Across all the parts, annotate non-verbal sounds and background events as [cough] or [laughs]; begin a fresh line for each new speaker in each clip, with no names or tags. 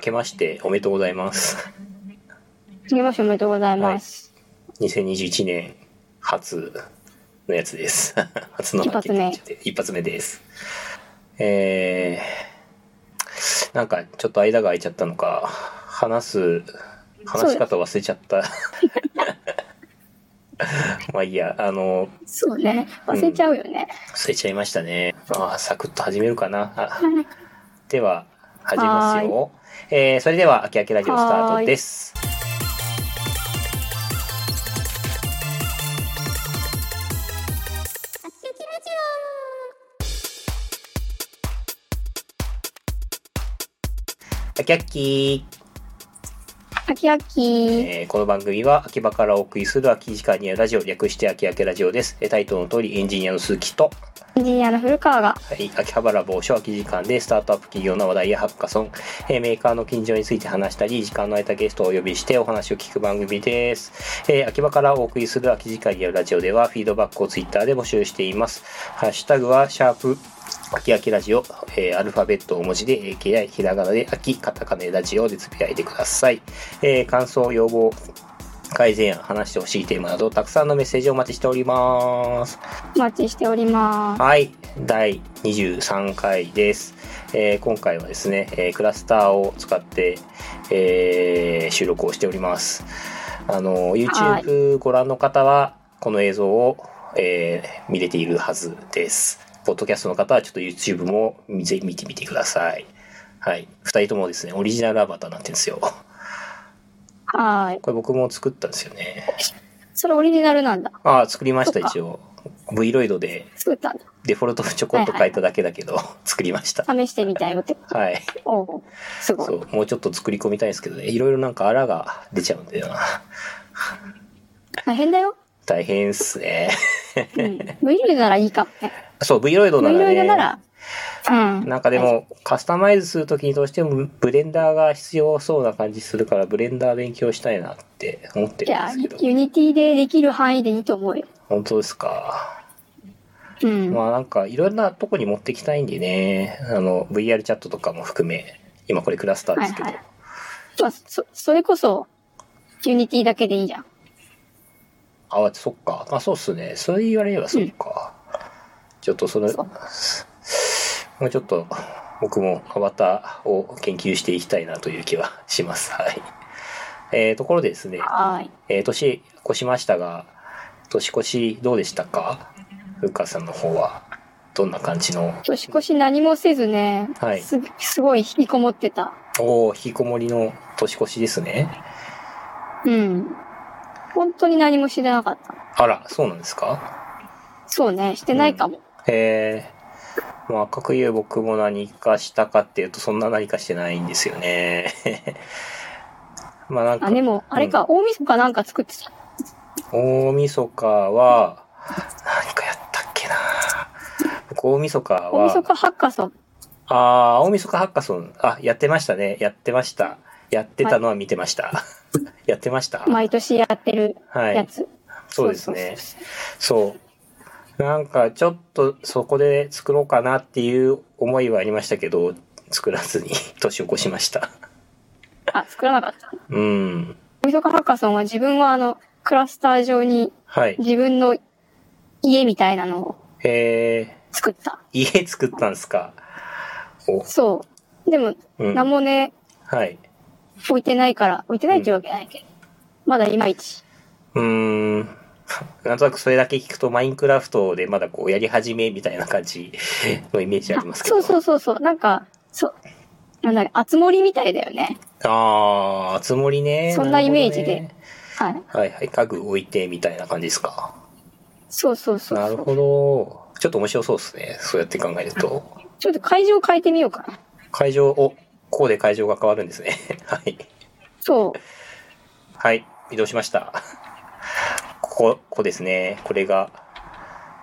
けましておめでとうございます。 [laughs]
次ましておめでとうございます。
2021年初のやつです。 [laughs] 初の
一発目
明けって言っちゃって一発目です。えー、なんかちょっと間が空いちゃったのか、話す、話し方忘れちゃった。 [laughs] まあいいや、あの、
そうね。忘れちゃうよね。
忘れちゃいましたね。あーサクッと始めるかな。あ
うん
では始めますよ。えー、それでは、あきあきラジオスタートです。あきあき、
あきあき。
えーこの番組は秋葉からお送りする秋時間にあるラジオ略して秋明けラジオですえータイトルの通りエンジニアの鈴木と
エンジニアの古川が。
はい、秋葉原某所空き時間でスタートアップ企業の話題やハッカソン、えーメーカーの近所について話したり、時間の空いたゲストをお呼びしてお話を聞く番組です。えー秋葉からお送りする空き時間やラジオでは、フィードバックをツイッターで募集しています。ハッシュタグは、シャープ、秋秋ラジオ、えーアルファベット大文字で AKI、ひらがなで秋、カタカナでラジオでつぶやいてください。えー感想、要望、改善案、話してほしいテーマなど、たくさんのメッセージをお待ちしております。
お待ちしております。
はい、第23回です。えー今回はですね、えークラスターを使って、えー収録をしております。あの、YouTube ご覧の方は、この映像を、えー見れているはずです。ポッドキャストの方は、ちょっと YouTube もぜひ見てみてください。はい。二人ともですね、オリジナルアバターになってるんですよ。こ
はーい。
れ僕も作ったんですよね。
それオリジナルなんだ。
ああ、作りました、
そっか
一応。Vloid で
作ったんだ。
デフォルトをちょこっと変えただけだけど、作りました。
試してみたいよって。
はい。
おうすご
そ
い。
う、もうちょっと作り込みたいんですけどね、いろいろなんかあらが出ちゃうんだよな。
大変だよ。
大変っす
[laughs]
ね。
うん。無理ならいいかもね。
そう、Vloid
無
な
理
らね。
なら。うん。
なんかでも、カスタマイズするときにどうしてもブレンダーが必要そうな感じするから、ブレンダー勉強したいなって思って
い
るんで
や、
すけど。
ユニティでできる範囲でいいと思うよ。
本当ですか。
うん。
まあなんか、いろんなとこに持ってきたいんでね、あの、VR チャットとかも含め、今これクラスターですけど、
はいはまあ、そ、それこそ、ユニティだけでいいじゃん。
あ、そっか。まあそうっすね。それ言われればそっか。ちょっとその、
そう
もうちょっと僕もアバターを研究していきたいなという気はします。はい。えー、ところでですね、
はーい。
えー年越しましたが、年越しどうでしたかふっかさんの方は。どんな感じの、
年越し何もせずね、
はい
すすごい引きこもってた。
おお引きこもりの年越しですね。
うん。本当に何もしてなかった。
あら、そうなんですか
そうね、してないかも。
えー、まあ、各言う僕も何かしたかっていうと、そんな何かしてないんですよね。 [laughs] まあなんか
あ、、でも、あれか、大晦日なんか作ってた。
大晦日は、何かやったっけな僕大晦日
大晦
は、
日ハッカソン。
ああ、大晦日ハッカソン、あ、やってましたね。やってました。やってたのは見てました。 [laughs] やってました。
毎年やってる
は
や
い。
つ。
そうですね。
そうそう
そう。なんかちょっとそこで作ろうかなっていう思いはありましたけど、作らずに [laughs] 年を越しました。
そうあ、作らなかった。
うん。
大晦日ハッカソンは自分はあの、クラスター上に
はい。
自分の家みたいなのを
えー、
作った。
家作ったんですかお、
そう。でも、
うん。
何もね、
はい。
置いてないから、置いてないっていうわけないけど。まだいまいち。
うーん。なんとなくそれだけ聞くと、マインクラフトでまだこうやり始めみたいな感じ [laughs] のイメージありますけど。
そうそうそうそう。なんか、そう。なんだろう、あつ森みたいだよね。
ああ、つもりね。
そんなイメージ
るほどね。
はい。
はいはい。家具置いてみたいな感じですか。
そうそうそうそう。
なるほど。ちょっと面白そうですね。そうやって考えると。
ちょっと会場変えてみようかな。
会場、お、ここで会場が変わるんですね。 [laughs] はい。
そう。
はい。移動しました。ここ、ここですね。これが、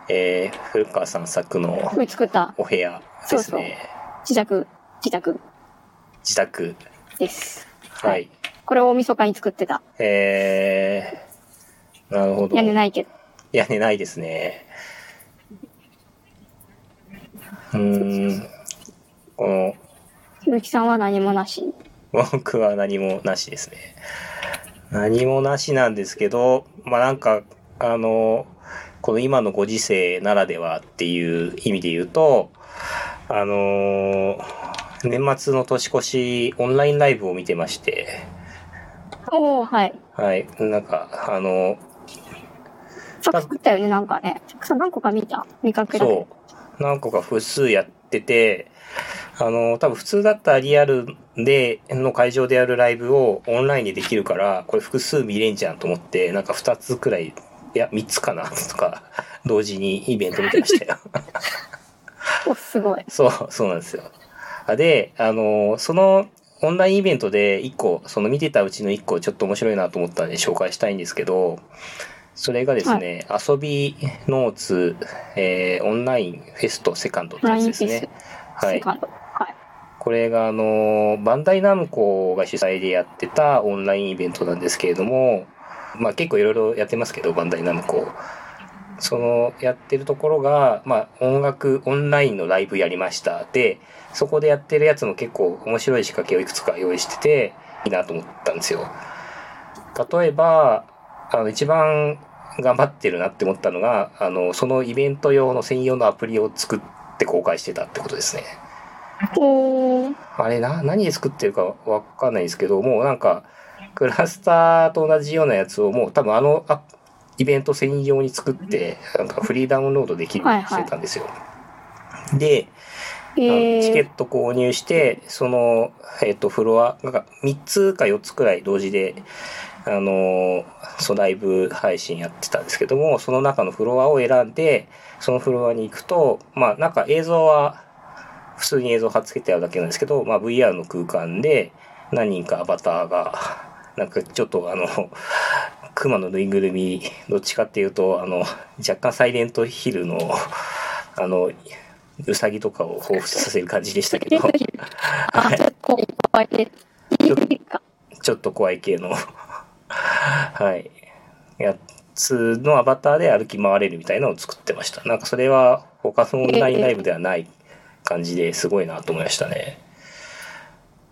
えー、古川さん作の
これ作った
お部屋ですね。
自宅、自宅
自宅。
です。
はい。
はいこれを大晦日に作ってた。
えー、なるほど。
屋根ないけど。
屋根ないですね。うーん。この、
鈴木さんは何もなし。
僕は何もなしですね。何もなしなんですけど、まあなんか、あの、この今のご時世ならではっていう意味で言うと、あの、年末の年越しオンラインライブを見てまして、
おおはい。
はい、なんか、あの、
さっき作ったよね、なんかね。さ何個か見た見かけたけど。
そう。何個か複数やってて、あの、多分普通だったらリアルで、の会場でやるライブをオンラインでできるから、これ複数見れんじゃんと思って、なんか2つくらい、いや、3つかな、とか、同時にイベント見てましたよ。
お、すごい。
そう、 [laughs] そうなんですよ。あで、あの、その、オンラインイベントで1個、その見てたうちの1個ちょっと面白いなと思ったんで紹介したいんですけど、それがですね、遊びノーツ、えーオンラインフェストセカンドってやつです
オンラインフ
ね。は
セ
い。
カンド。はい。
これがあの、バンダイナムコが主催でやってたオンラインイベントなんですけれども、まあ結構いろいろやってますけど、バンダイナムコ。そのやってるところが、まあ音楽、オンラインのライブやりました。で、そこでやってるやつも結構面白い仕掛けをいくつか用意してて、いいなと思ったんですよ。例えば、あの一番頑張ってるなって思ったのが、あの、そのイベント用の専用のアプリを作って公開してたってことですね。
おー
あれな、何で作ってるかわかんないですけど、もうなんか、クラスターと同じようなやつをもう多分あのあイベント専用に作って、なんかフリーダウンロードできるようにしてたんですよ。で、
え
あのチケ
ー
ット購入して、その、えっ、と、フロア、なんか3つか4つくらい同時で、あのー、そうライブ配信やってたんですけども、その中のフロアを選んで、そのフロアに行くと、まあなんか映像は、普通に映像を貼っつけてあるだけなんですけど、まあ VR の空間で何人かアバターが、なんかちょっとあの、熊のぬいぐるみ、どっちかっていうと、あの、若干サイレントヒルの、あの、うさぎとかを彷彿させる感じでしたけど、
あ、ちょっといっぱいで。
ちょ
いいか
ちょっと怖い系の、はい、やつのアバターで歩き回れるみたいなのを作ってました。なんかそれは他のオンラインライブではない感じですごいなと思いましたね。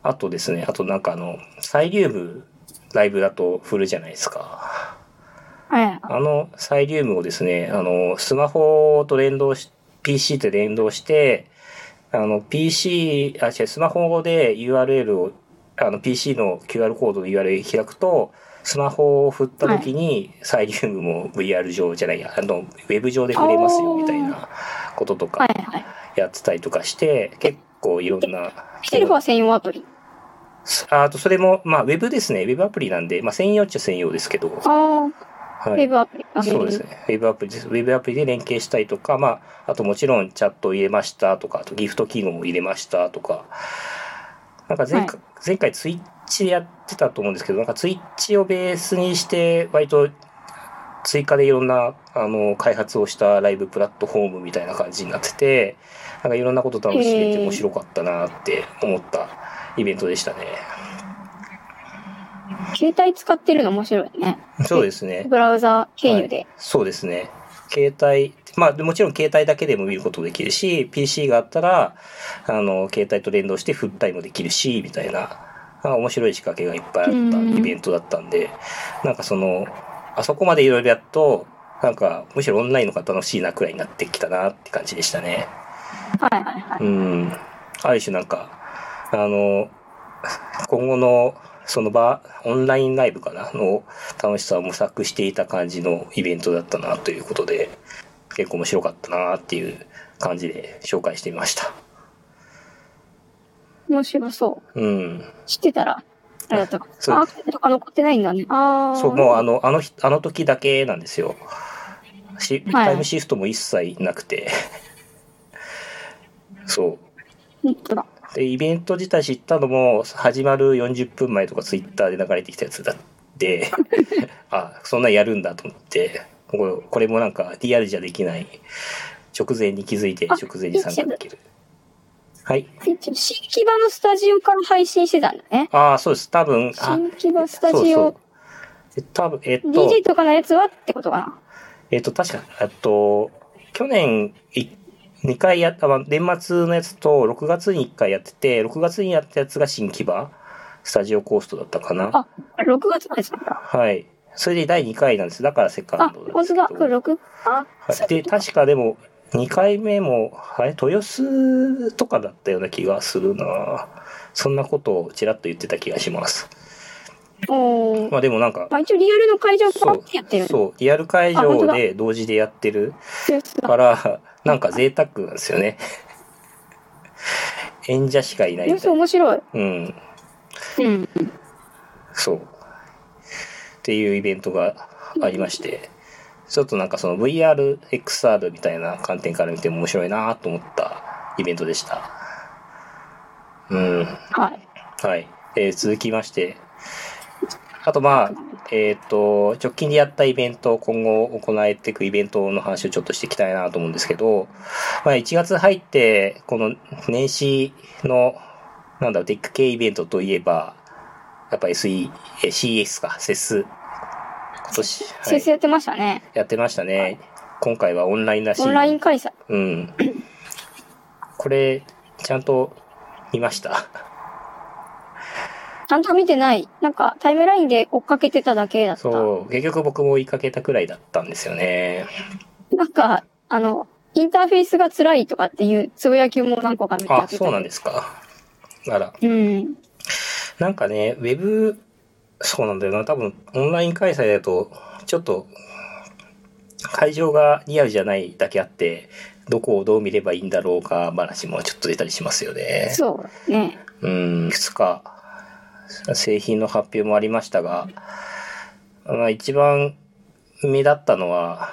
あとですね、あとなんかあの、サイリウムライブだと振るじゃないですか。
はい。
あのサイリウムをですね、あの、スマホと連動し、PC と連動して、あの、PC、あ、違う、スマホで URL を、あの、PC の QR コードの URL 開くと、スマホを振った時に、サイリウムも VR 上じゃないや、あの、ウェブ上で触れますよ、みたいなことと
は
か
いはい。
やってたりとかして、結構いろんな。
セルフは専用アプリ。
ああと、それも、まあ、ウェブですね。ウェブアプリなんで、まあ、専用っちゃ専用ですけど。
あー、
は
ウェブアプリ。あ
そうです。ね。ウェブアプリです。ウェブアプリで連携したりとか、まあ、あともちろんチャットを入れましたとか、あとギフト機能を入れましたとか、なんか前回、前回ツイッチでやってたと思うんですけど、なんかツイッチをベースにして、割と追加でいろんな、あの、開発をしたライブプラットフォームみたいな感じになってて、なんかいろんなこと楽しめて面白かったなって思ったイベントでしたね。
携帯使ってるの面白いね。
そうですね。
ブラウザ経由で。
そうですね。携帯、まあでもちろん携帯だけでも見ることもできるし、PC があったら、あの、携帯と連動して振ったりもできるし、みたいな、あ面白い仕掛けがいっぱいあった
うん
イベントだったんで、なんかその、あそこまでいろいろやっと、なんか、むしろオンラインの方が楽しいなくらいになってきたなって感じでしたね。
はいはいはい。
うん。ある種なんか、あの、今後の、その場、オンラインライブかなの楽しさを模索していた感じのイベントだったなということで、結構面白かったなっていう感じで紹介してみました。
面白そう。
うん。
知ってたら、あれだったか。
そう
アーカイブとか残ってないんだね。ああ。
そう、もうあの、あの日、あの時だけなんですよ。し
はい
タイムシフトも一切なくて。 [laughs] そう。
本当だ。
で、イベント自体知ったのも、始まる40分前とかツイッターで流れてきたやつだ
[laughs]
って、あ、そんなんやるんだと思って、これこれもなんかリアルじゃできない、直前に気づいて
あ
直前に参加できる。はい。
一応新木場のスタジオから配信してたんだね。
ああ、そうです。多分、あ、
新木場スタジ
そうそ、
オ
う。で多分、えっと、
DJ とかのやつはってことかな。
えっと、確か、えっと、去年い、2回やった、まあ年末のやつと、6月に1回やってて、6月にやったやつが新木場。スタジオコーストだったかな。
あ6月までだった。
はい。それで第2回なんです。だからセカ
あ
ンド、
本当だ。これ
は
6、あ、
い、で、確かでも、2回目も、あれ、豊洲とかだったような気がするなそんなことをちらっと言ってた気がします。
おー
まあでもなんか、
まあ一応リアルの会場
そ
パ
う
ッてやってる、
そう、リアル会
あ本当
場
だ
で同時でやってる
そうだ
から、なんか贅沢なんですよね。 [laughs] 演者しかいない
様
み
子
たいな。
面白い。
うん。
うん。
そう。っていうイベントがありまして、ちょっとなんかその VR、XR みたいな観点から見ても面白いなと思ったイベントでした。うん。
はい。
はい。えー続きまして、あとまあ、えっ、と、直近でやったイベント、今後行えていくイベントの話をちょっとしていきたいなと思うんですけど、まあ1月入って、この年始の、なんだろう、デック系イベントといえば、やっぱ SE、えー CS か、セス。今年、は
先生
い、
やってましたね。
やってましたね。今回はオンラインらしい。
オンライン開催。
うん。これ、ちゃんと見ました。
ちゃんと見てない。なんかタイムラインで追っかけてただけだった。
そう、結局僕も追いかけたくらいだったんですよね。
なんか、あの、インターフェースが辛いとかっていうつぶやきも何個か見て
あ、そうなん
で
ですか。あら、
す。うん。
なんかね、ウェブ、そうなんだよな、多分オンライン開催だと、ちょっと、会場がリアルじゃないだけあって、どこをどう見ればいいんだろうか話もちょっと出たりしますよね。
そうね。
うん、いくつか製品の発表もありましたが、まあ、一番目立ったのは、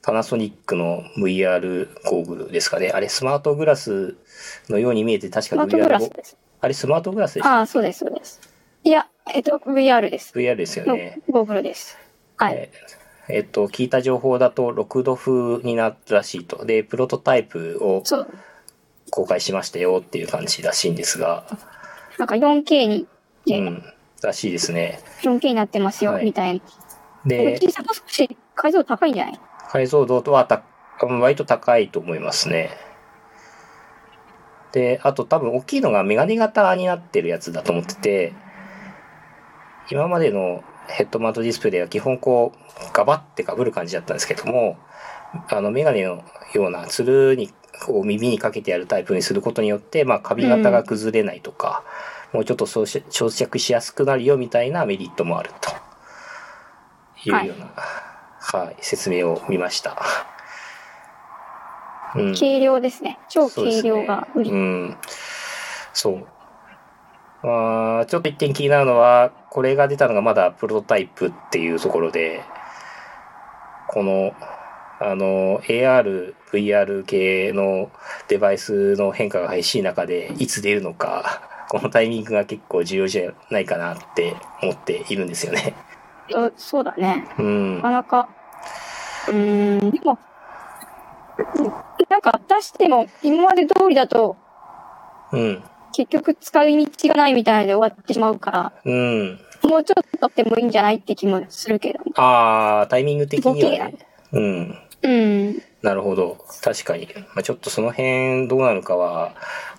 パナソニックの VR ゴーグルですかね。あれ、スマートグラスのように見えて、確か
スマートグ
VR
ラ
ゴ
スです。
あれ、スマートグラスでした
ああ、そうです、そうです。いや、えっと、VR です。
?VR ですよ
の
ね。
ゴーグルです。はい。
ええっと、聞いた情報だと、6度風になったらしいと。で、プロトタイプを
そう。
公開しましたよっていう感じらしいんですが、
なんか 4K に、
う
で
ん、らしいですね。
4K になってますよ、
はい
みたいな。これ
で、
小さく少し解像度高いんじゃない
解像度とはた割と高いと思いますね。で、あと多分大きいのがメガネ型になってるやつだと思ってて、今までのヘッドマウントディスプレイは基本こう、ガバって被る感じだったんですけども、あのメガネのようなつるに、こう耳にかけてやるタイプにすることによって、まあ、髪型が崩れないとか、もうちょっと装飾装着しやすくなるよみたいなメリットもあるというような、はい、説明を見ました。うん
軽量ですね。超
そうで
軽
すね
量が売り。
うん。そう。あーちょっと一点気になるのは、これが出たのがまだプロトタイプっていうところで、この、あの、AR、VR 系のデバイスの変化が激しい中で、いつ出るのか、このタイミングが結構重要じゃないかなって思っているんですよね。
うんそうだね。
うん
なか。なか。うーん、でも、なんか出しても今まで通りだと
うん。
結局使い道がないみたいで終わってしまうから、
うん。
もうちょっとでもいいんじゃないって気もするけど。
ああ、タイミング的には
動
ね。うん。
うん。
なるほど。確かに。まあ、ちょっとその辺どうなるかは、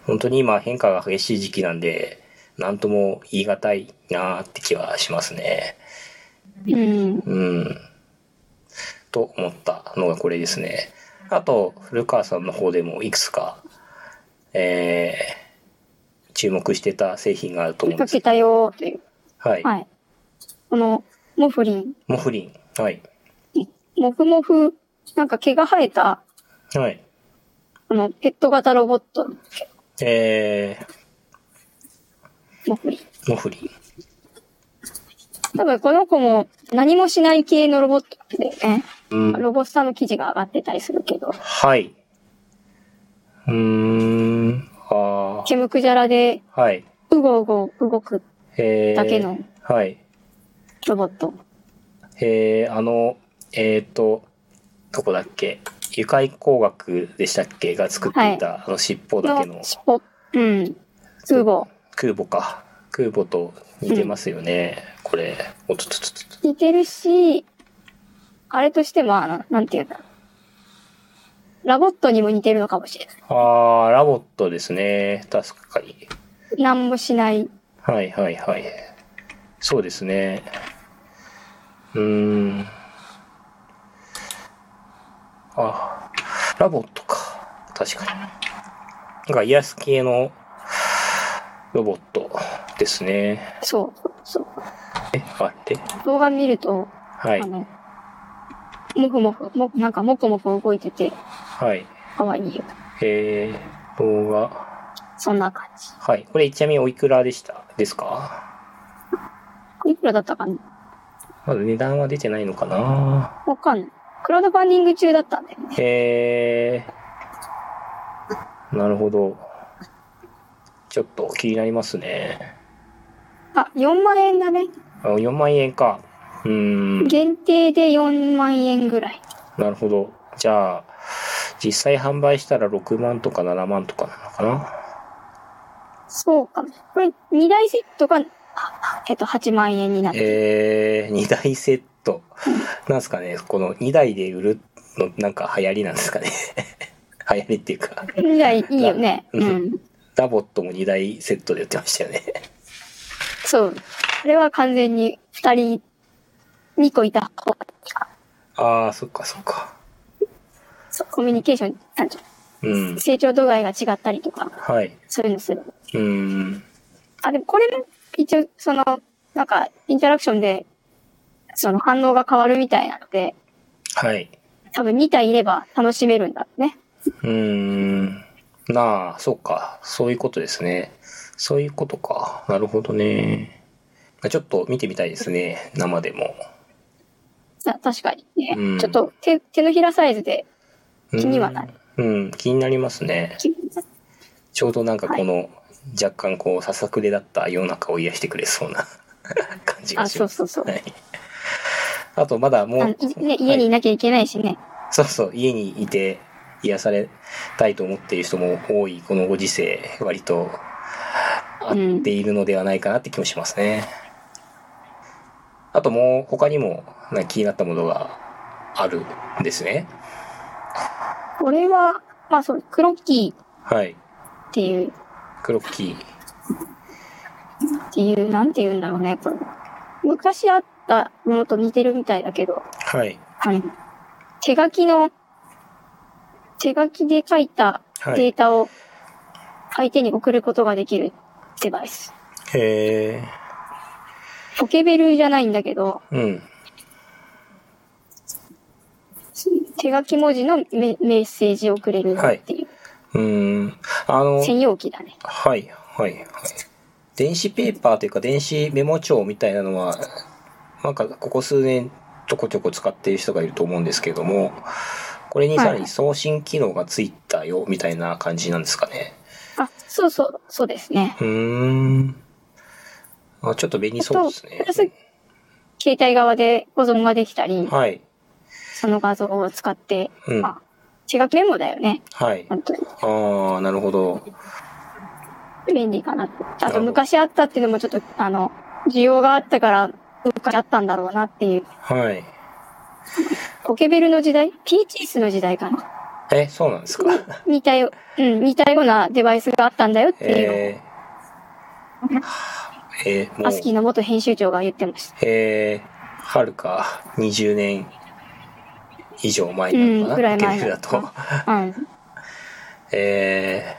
本当に今変化が激しい時期なんで、なんとも言い難いなーって気はしますね。
うん。
うん。と思ったのがこれですね。あと、古川さんの方でもいくつか、えー、注目してた製品があると思うん
見
で
か
す
け。たよーという。
はい。
はい。この、モフリン。
モフリン。はい。
モフモフ、なんか毛が生えた、
はい。
あの、ペット型ロボット、
え
モフリン。
ー、モフリン。
多分この子も何もしない系のロボットなんでね。ロボスタの記事が上がってたりするけど、
はい。うーん。あ
ケムクジャラで
あ。はい。
うごうご動く
えー
だけの
はい。
ロボット。
えー、あの、えっ、ー、と、どこだっけ愉快工学でしたっけが作っていた、あの尻尾だけの
の尻尾。うん。うご
空母か。空母と似てますよね。これ。おっとっとっとっと。
う。似てるし、あれとしても、あのなんていうんだろう。ラボットにも似てるのかもしれない。
あー、ラボットですね。確かに。
何もしない
はいはいはい。そうですね。うーん。あ、ラボットか。確かに。なんか癒す系のロボットですね。
そう、そう。
え、あって。
動画見ると、
はい
あ。の、もこもこ、も、なんかもこもこ動いてて、
はい。
かわいいよ。
えー、動画。
そんな感じ。
はい。これちなみにおいくらでしたですか
いくらだったかな
まだ値段は出てないのかな
わかんない。クラウドファンディング中だったんだよね。
えー、なるほど。ちょっと気になりますね。
あ、4万円だね。
あ4万円か。うーん。
限定で4万円ぐらい。
なるほど。じゃあ、実際販売したら6万とか7万とかなのかな
そうかも。これ、2台セットが、ああえっと、8万円になる。
えー、2台セット。なんすかね、この2台で売るの、なんか流行りなんですかね。 [laughs] 流行りっていうか、
2台いいよね。うん。
ラボットも2台セットで売ってましたよね。
そう。これは完全に2人、2個いた方がいいか。
ああ、そっかそっか。
そう、コミュニケーション、なんていう
うん
の。成長度合いが違ったりとか、
はい。
そういうのする。
うーん。
あ、でもこれも一応、その、なんか、インタラクションで、その反応が変わるみたいなので、
はい。
多分2体いれば楽しめるんだね。
うーん。なあ、そうか。そういうことですね。そういうことか。なるほどね。ちょっと見てみたいですね。生でも。
さ確かにね。
うん
ちょっと手、手のひらサイズで気にはなる。
うん。うん、気になりますね。
気になる
ちょうどなんかこの、若干こう、ささくれだった世の中を癒してくれそうな [laughs] 感じが
あ、
し
そ
ま
う
す。
そうそう。
はい。あと、まだも
あ
う
の、いね、家にいなきゃいけないしね。
そうそう、家にいて癒されたいと思っている人も多いこのご時世、割と合っているのではないかなって気もしますね。あともう他にもなんか気になったものがあるんですね。
これは、まあそう、クロッキー
はい。
っていう、
クロッキー。
っていう、なんて言うんだろうね、これ。昔あったものと似てるみたいだけど、
はい。
あの、手書きの、手書きで書いた
は
デ
い。
ータを相手に送ることができるデバイス。
へえ。
ポケベルじゃないんだけど、
うん。
手書き文字のメメッセージをくれるっていう
うーん。あの、
専用機だね。
はい、はい、はい。電子ペーパーというか電子メモ帳みたいなのは、なんかここ数年ちょこちょこ使っている人がいると思うんですけれども、これにさらに送信機能がついたよみたいな感じなんですかね。
あ、そうそう、そうですね。
うーん。あちょっと便利そうですね
あとプラ。ス携帯側で保存ができたり、
はい。
その画像を使って、
うん
まあ、手書きメモだよね。
はい。
本当に。
ああ、なるほど。
便利かなと。
な
あ
るほ
と
ど
昔あったっていうのもちょっと、あの、需要があったから、昔あったんだろうなっていう。
はい。
ポケベルの時代ピーチースの時代かな
え、そうなんですか。
似たよ、うん、似たようなデバイスがあったんだよっていう
えー、えー、
のを、
も
アスキー
う、
の元編集長が言ってました。
えー、はるか20年以上前になるのかな、
うんぐらい
現
前な
代
の
だと。
うん。
え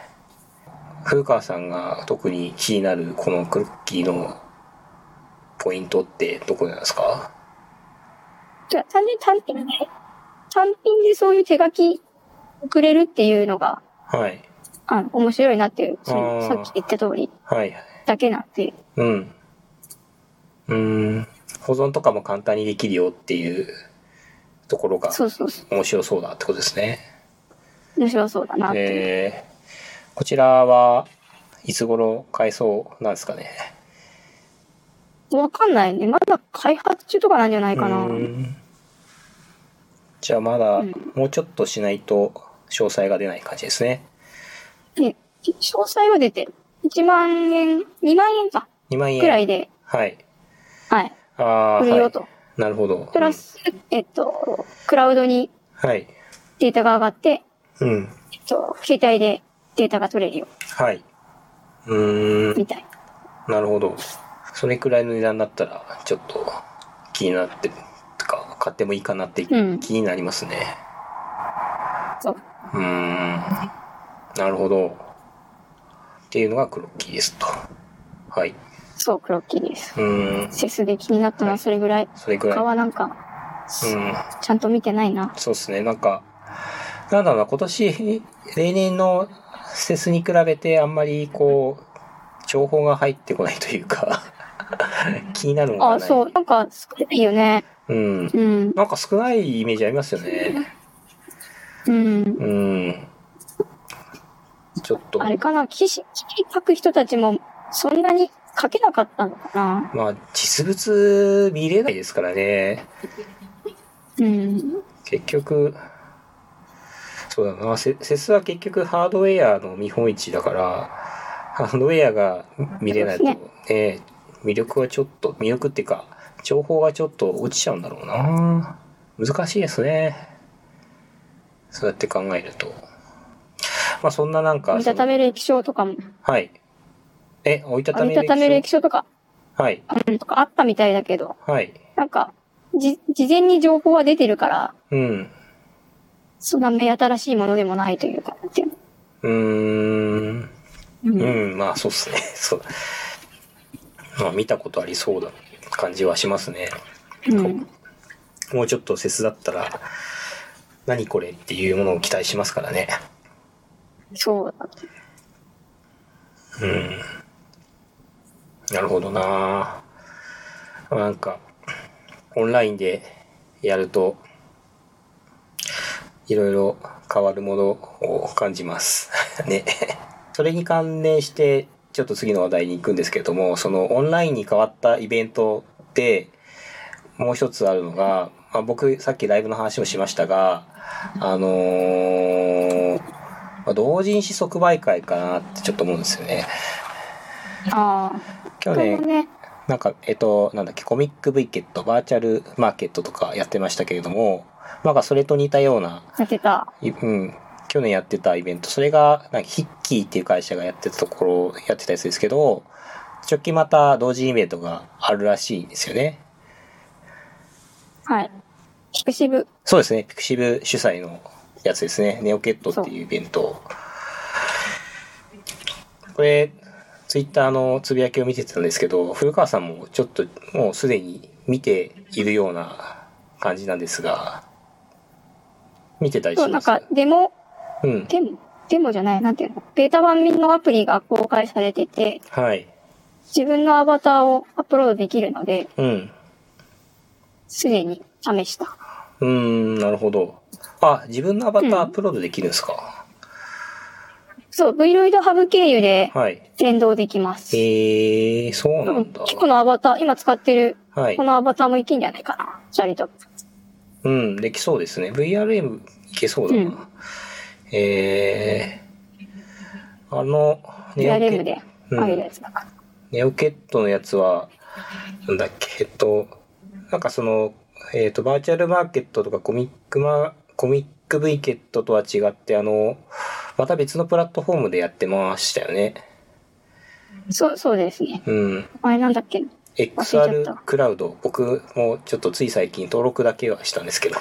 ー、古川さんが特に気になるこのクロッキーのポイントってどこなんですか
じゃあ単純に単品ね。単品でそういう手書きくれるっていうのが、
はい。
あの、面白いなっていう、そ
あー
のさっき言った通り
はい。
だけなんて、
うん。うーん。保存とかも簡単にできるよっていうところが
そうそうそう、
面白そうだってことですね。
面白そうだなっていう。
えー、こちらはいつ頃買えそうなんですかね。
わかんないね。まだ開発中とかなんじゃないかな
う。ーんじゃあまだ
うん
もうちょっとしないと詳細が出ない感じですね。
ね、詳細は出てる。1万円、2万円か、
2万円。
くらいで、
はい。
はい、
ああ、
売る
は
よ
い
と。。
なるほど。
プラス、えっと、クラウドに
うん。はい。
データが上がって、
うん。
えっと、携帯でデータが取れるよ、
はい。うーん。
みたいな。
なるほど。それくらいの値段だったら、ちょっと気になってるとか、買ってもいいかなって
うん
気になりますね。
そう。
うーん。なるほど。っていうのが黒木ですと。はい。
そう、クロッキーです。
うーん。
セスで気になったのはそれぐらい。
それくらい。
他
う
はなんか、
ん。
ちゃんと見てないな。
そうですね。なんか、なんだろうな、今年、例年のセスに比べてあんまりこう、情報が入ってこないというか、 [laughs] 気になるものがない。
あ、そう。なんか、少ないよね。
うん。
うん。
なんか少ないイメージありますよね。
うん。
うん。ちょっと、
あれかな記事、記事書く人たちも、そんなに書けなかったのかな
まあ、実物見れないですからね。
うん。
結局、そうだな、セセスは結局ハードウェアの見本市だから、ハードウェアが見れないと、
そう
ねえ、魅力はちょっと、魅力っていうか、情報がちょっと落ちちゃうんだろうな。難しいですね。そうやって考えると。まあそんななんか
折り、たためる液晶とかも。
はい。え、折りたた
折
め
りたためる液晶とか、
はい。
うん、とかあったみたいだけど、
はい。
なんか、じ、事前に情報は出てるから、
うん。
そんな目新しいものでもないというか、っていう
うーん。
の。うん。
うん、まあそうっすね。 [laughs] そう。まあ見たことありそうだ感じはしますね。
うん。
もうちょっと節だったら、何これっていうものを期待しますからね。
そうだ。
うん。なるほどななんか、オンラインでやると、いろいろ変わるものを感じます。 [laughs] ね。それに関連して、ちょっと次の話題に行くんですけれども、そのオンラインに変わったイベントで、もう一つあるのが、まあ、僕、さっきライブの話をしましたが、あのーまあ同人誌即売会かなってちょっと思うんですよね。
あ
去
あ。
年
これ、ね。
なんか、えっと、なんだっけ、コミック V ケット、バーチャルマーケットとかやってましたけれども、なんかそれと似たような、
やってた。
いうん、去年やってたイベント、それが、なんかヒッキーっていう会社がやってたところ、やってたやつですけど、直近また同時イベントがあるらしいんですよね。
はい。ピクシブ。
そうですね、ピクシブ主催のやつですね、ネオケットっていうイベント。これ、ツイッターのつぶやきを見てたんですけど、古川さんもちょっともうすでに見ているような感じなんですが、見てたり
そ
し
う、な
ま
ん
す
か、デモ、
うん。
デモ、デモじゃない、なんていうのベータ版のアプリが公開されてて、
はい。
自分のアバターをアップロードできるので、
うん。
すでに試した。
うーん、なるほど。あ、自分のアバタ
うん
ーアップロードできるんですか、
そう、Vloid Hub 経由で
はい。
連動できます。
えー、そうな
うん
んだ。
キコのアバター、今使ってる
はい
こ。のアバターもいけんじゃないかな。二人と。
うん、できそうですね。VRM いけそうだな。
うん
えー、あの、ネオ
DRM
ケ
で上げるやつだから。
ネオケットのやつは、なんだっけ、えっと、なんかその、えっ、と、バーチャルマーケットとかコミックマ、コミック V ケットとは違って、あの、また別のプラットフォームでやってましたよね。
そう、そうですね。
うん。
あれなんだっけ
XR クラウド、僕もちょっとつい最近登録だけはしたんですけど、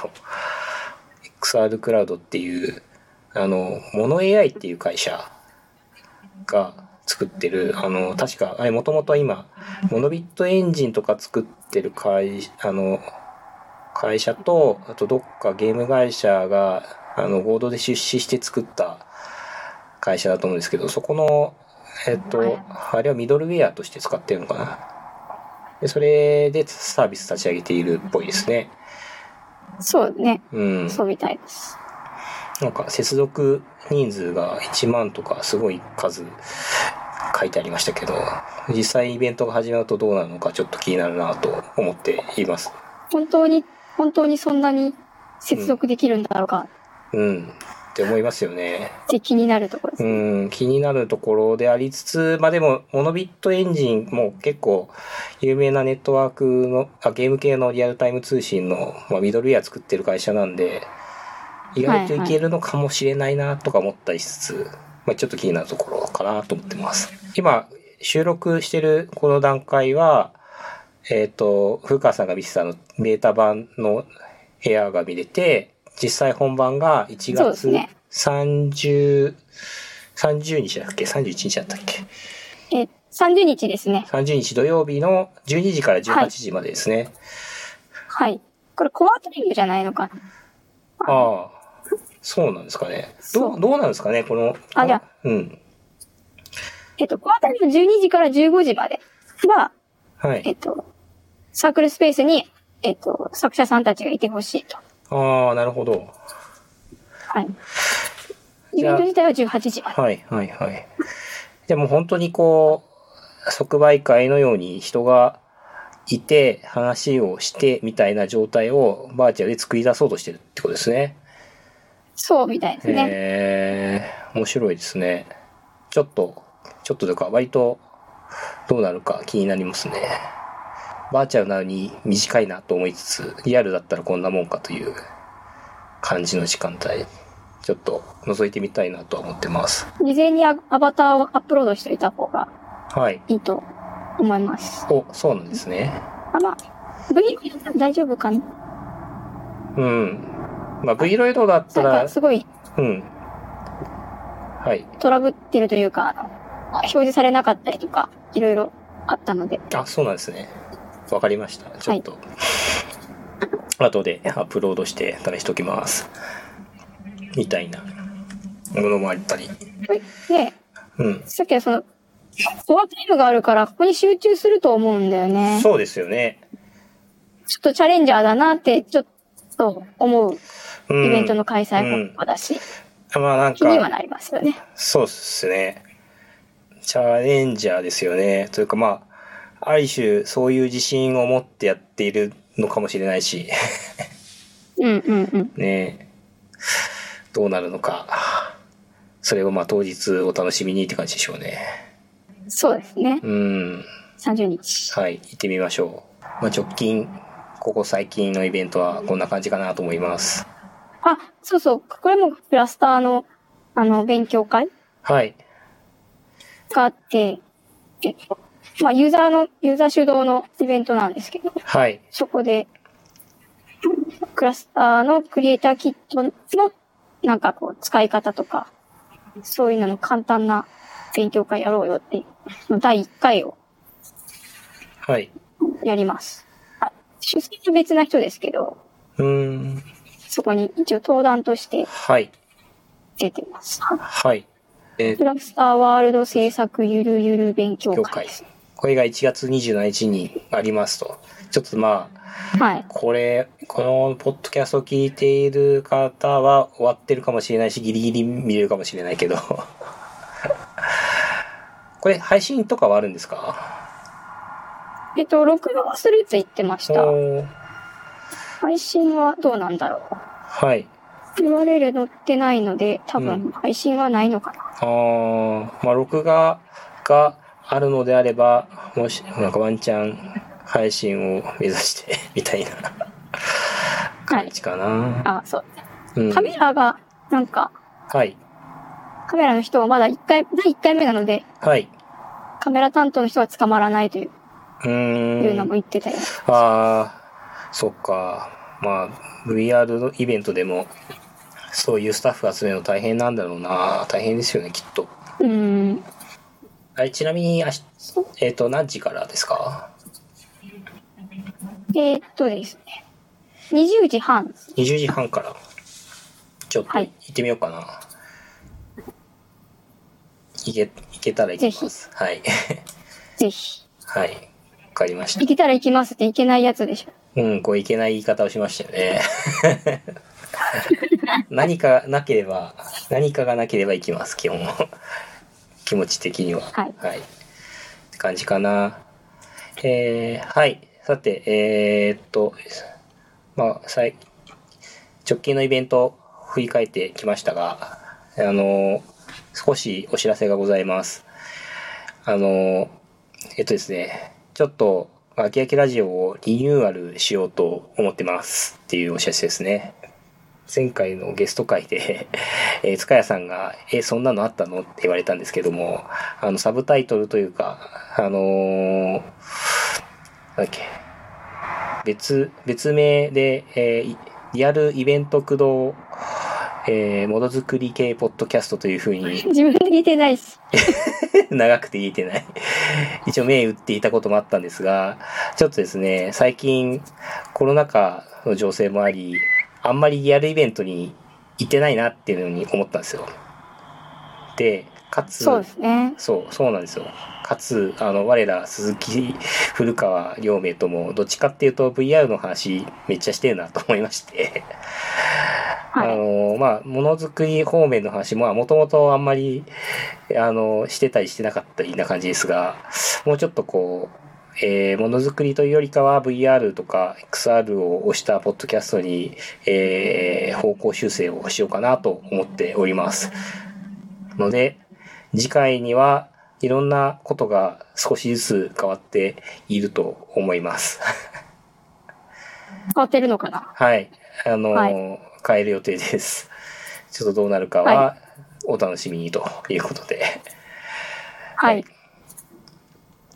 XR クラウドっていう、あの、モノ AI っていう会社が作ってる、あの、確か、あれ、もともと今、モノビットエンジンとか作ってる会、あの、会社と、あとどっかゲーム会社が、あの、合同で出資して作った会社だと思うんですけど、そこの、えっと、あれはミドルウェアとして使ってるのかな。で、それでサービス立ち上げているっぽいですね。
そうね。
うん。
そうみたいです。
なんか接続人数が1万とかすごい数書いてありましたけど、実際イベントが始まるとどうなるのかちょっと気になるなと思っています。
本当に、本当にそんなに接続できるんだろうか
うん。って思いますよね。
って気になるところです。
うん、気になるところでありつつ、まあでも、モノビットエンジンも結構有名なネットワークの、あゲーム系のリアルタイム通信の、まあ、ミドルウェア作ってる会社なんで、意外といけるのかもしれないなとか思ったりしつつ、まあちょっと気になるところかなと思ってます。今、収録してるこの段階は、えっ、と、古川さんが見せたの、メータ版の部屋が見れて、実際本番が1
そうです
月
ね
30、30日だっけ ?31 日だったっけ
え、30日ですね。
?30 日土曜日の12時から18時までですね。
はい。これコアトリングじゃないのかな。
ああ、そうなんですかね。ど、
そうう
どうなんですかねこの、
あいや
うん。
えっと、コアトリング12時から15時までは、
は
え
い
っ。と、サークルスペースに、えっと、作者さんたちがいてほしいと。
ああ、なるほど。
はい。イ
じ
ベ
ゃ
ン
あ
ト自体は18時まで。
はいはいはい。でも本当にこう、即売会のように人がいて話をしてみたいな状態をバーチャルで作り出そうとしてるってことですね。
そうみたいですね。
えー、面白いですね。ちょっと、ちょっとというか割とどうなるか気になりますね。バーチャルなのに短いなと思いつつ、リアルだったらこんなもんかという感じの時間帯。ちょっと覗いてみたいなとは思ってます。
事前にアアバターをアップロードしておいた方が
はい。
いいと思います。
お、そうなんですね。
あ、まあ、V、大丈夫かな
うん。まあ、V ロイドだった
なん
ら
か、すごい
うん。はい。
トラブってるというか、あの表示されなかったりとか、いろいろあったので。
あ、そうなんですね。わかりました。ちょっと、後でアップロードして試しておきます。みたいなものもあったり。
で、
うん。
さっきはその、コアタイムがあるから、ここに集中すると思うんだよね。
そうですよね。
ちょっとチャレンジャーだなって、ちょっと思う
う
イ
ん。
ベントの開催方法だし、
まあなん
気には
か、
なりますよね。
そうっすね。チャレンジャーですよね。というかまあ、ある種そういう自信を持ってやっているのかもしれないし。
うんうんうん。
ねえどうなるのか。それをまあ当日お楽しみにって感じでしょうね。
そうですね。
うん。
30日。
はい、行ってみましょう。まあ直近、ここ最近のイベントはこんな感じかなと思います。
あ、そうそう。これもクラスターの、あの、勉強会
はい。
があって、えっと、まあ、ユーザーの、ユーザー主導のイベントなんですけど、
はい。
そこで、クラスターのクリエイターキットの、なんかこう、使い方とか、そういうのの簡単な勉強会やろうよっていう、その第1回を
はい。
やります。あ出席は別な人ですけど、
うーん。
そこに一応登壇として
はい。
出てます。
はい。え
クラスターワールド制作ゆるゆる勉強
ー、業
会
界
です。。
これが1月27日にありますと。ちょっとまあ、
はい。
これ、このポッドキャストを聞いている方は終わってるかもしれないし、ギリギリ見れるかもしれないけど。 [laughs] これ、配信とかはあるんですか
えっと、録画はするって言ってました。
おー
配信はどうなんだろ
はい。
う。URL 載ってないので、多
うん
分配信はないのかな。
あーまあ、録画があるのであれば、もし、なんかワンチャン配信を目指して、みたいな
は
感
い。
じかな。
あ、そう。
うん。
カメラが、なんか、
はい。
カメラの人はまだ1回、第1回目なので、
はい。
カメラ担当の人は捕まらないという,、
うーん。
いうのも言ってたよ。
ああ、そっか。まあ、VR のイベントでも、そういうスタッフ集めるの大変なんだろうな。大変ですよね、きっと。
うーん。
あれちなみに、あしえっ、と、何時からですか
えーっとですね。20時半。
?20 時半から。ちょっと
はい
行ってみようかな。行け、行けたら行きます。はい。 [laughs]
ぜひ。
はい。わかりまし
行けたら行きますって行けないやつでしょ。 [laughs]
た。うん、こういけない言い方をしましたよね。何かなければ、何かがなければ行きます、基本。気持ち的には。
はい
はい。って感じかな。えー、はい。さて、えーっと、まあ、最、直近のイベント振り返ってきましたが、あの、少しお知らせがございます。あの、えっとですね、ちょっと、あきあきラジオをリニューアルしようと思ってますっていうお知らせですね。前回のゲスト会で、 [laughs] えー塚谷さんが、え、そんなのあったのって言われたんですけども、あの、サブタイトルというか、あのーなんだっけ、別、別名で、えーいリアルイベント駆動、えーものづくり系ポッドキャストというふうに、
自分で聞いてないし。
[laughs] 長くて言えてない。一応銘打っていたこともあったんですが、ちょっとですね、最近コロナ禍の情勢もあり、あんまりリアルイベントに行ってないなっていうのに思ったんですよ。で、かつ、
そうですね。
そう、そうなんですよ。かつ、あの、我ら、鈴木、古川、両名とも、どっちかっていうと VR の話、めっちゃしてるなと思いまして。
は
あ
い。
の、まあ、ものづくり方面の話も、もともとあんまり、あの、してたりしてなかったりな感じですが、もうちょっとこう、えーものづくりというよりかは VR とか XR を推したポッドキャストに、えー方向修正をしようかなと思っております。ので、次回にはいろんなことが少しずつ変わっていると思います。
変わってるのかな
はい。あのー
は
変える予定です。 [laughs] ちょっとどうなるかは
は
お楽しみにということで、 [laughs]
はい。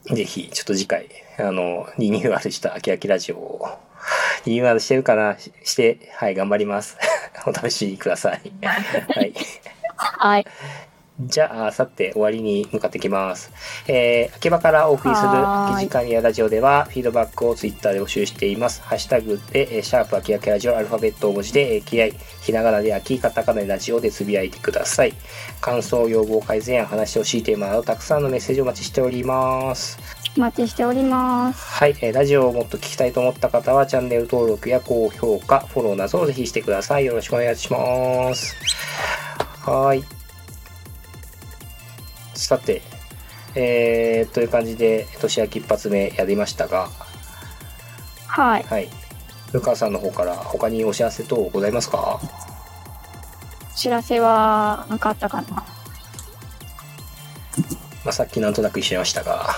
ぜひちょっと次回、あの、リニューアルした秋秋ラジオを、リニューアルしてるかなしして、はい、頑張ります。 [laughs] お楽しみくださ
[laughs]
い。はい。
はい。
じゃあ、さて、終わりに向かってきます。えー、秋葉からお送りする、
はーい
記事カニアラジオでは、フィードバックをツイッターで募集しています。ハッシュタグで、えーシャープ秋秋ラジオ、アルファベット大文字で、えー、気合、ひらがなで秋、カタカナでラジオでつぶやいてください。感想、要望、改善案、話してほしいテーマなど、たくさんのメッセージをお待ちしております。
お待ちしております。
はい、えーラジオをもっと聞きたいと思った方は、チャンネル登録や高評価、フォローなどをぜひしてください。よろしくお願いします。はーい。さて、えー、という感じで、年明け一発目やりましたが、
はい。
はい。古川さんの方から、他にお知らせ等ございますか
知らせはなかったかな。
まあ、さっきなんとなく一緒にいましたが、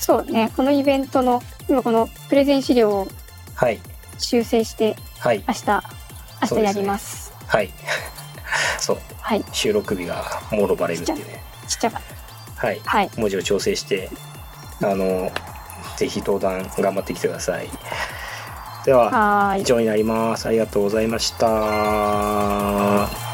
そうね。このイベントの、今このプレゼン資料を
はい、
修正して、
はい、
明日、明
そう
日
で
や
すね
ります。
はい。 [laughs] そう、
はい。ち
収録日がもろばれるっていうね。
っちゃかった。
はい。
はい。
文字を調整してあのぜひ登壇頑張ってきてくださいでは
はーい
以。上になりますありがとうございました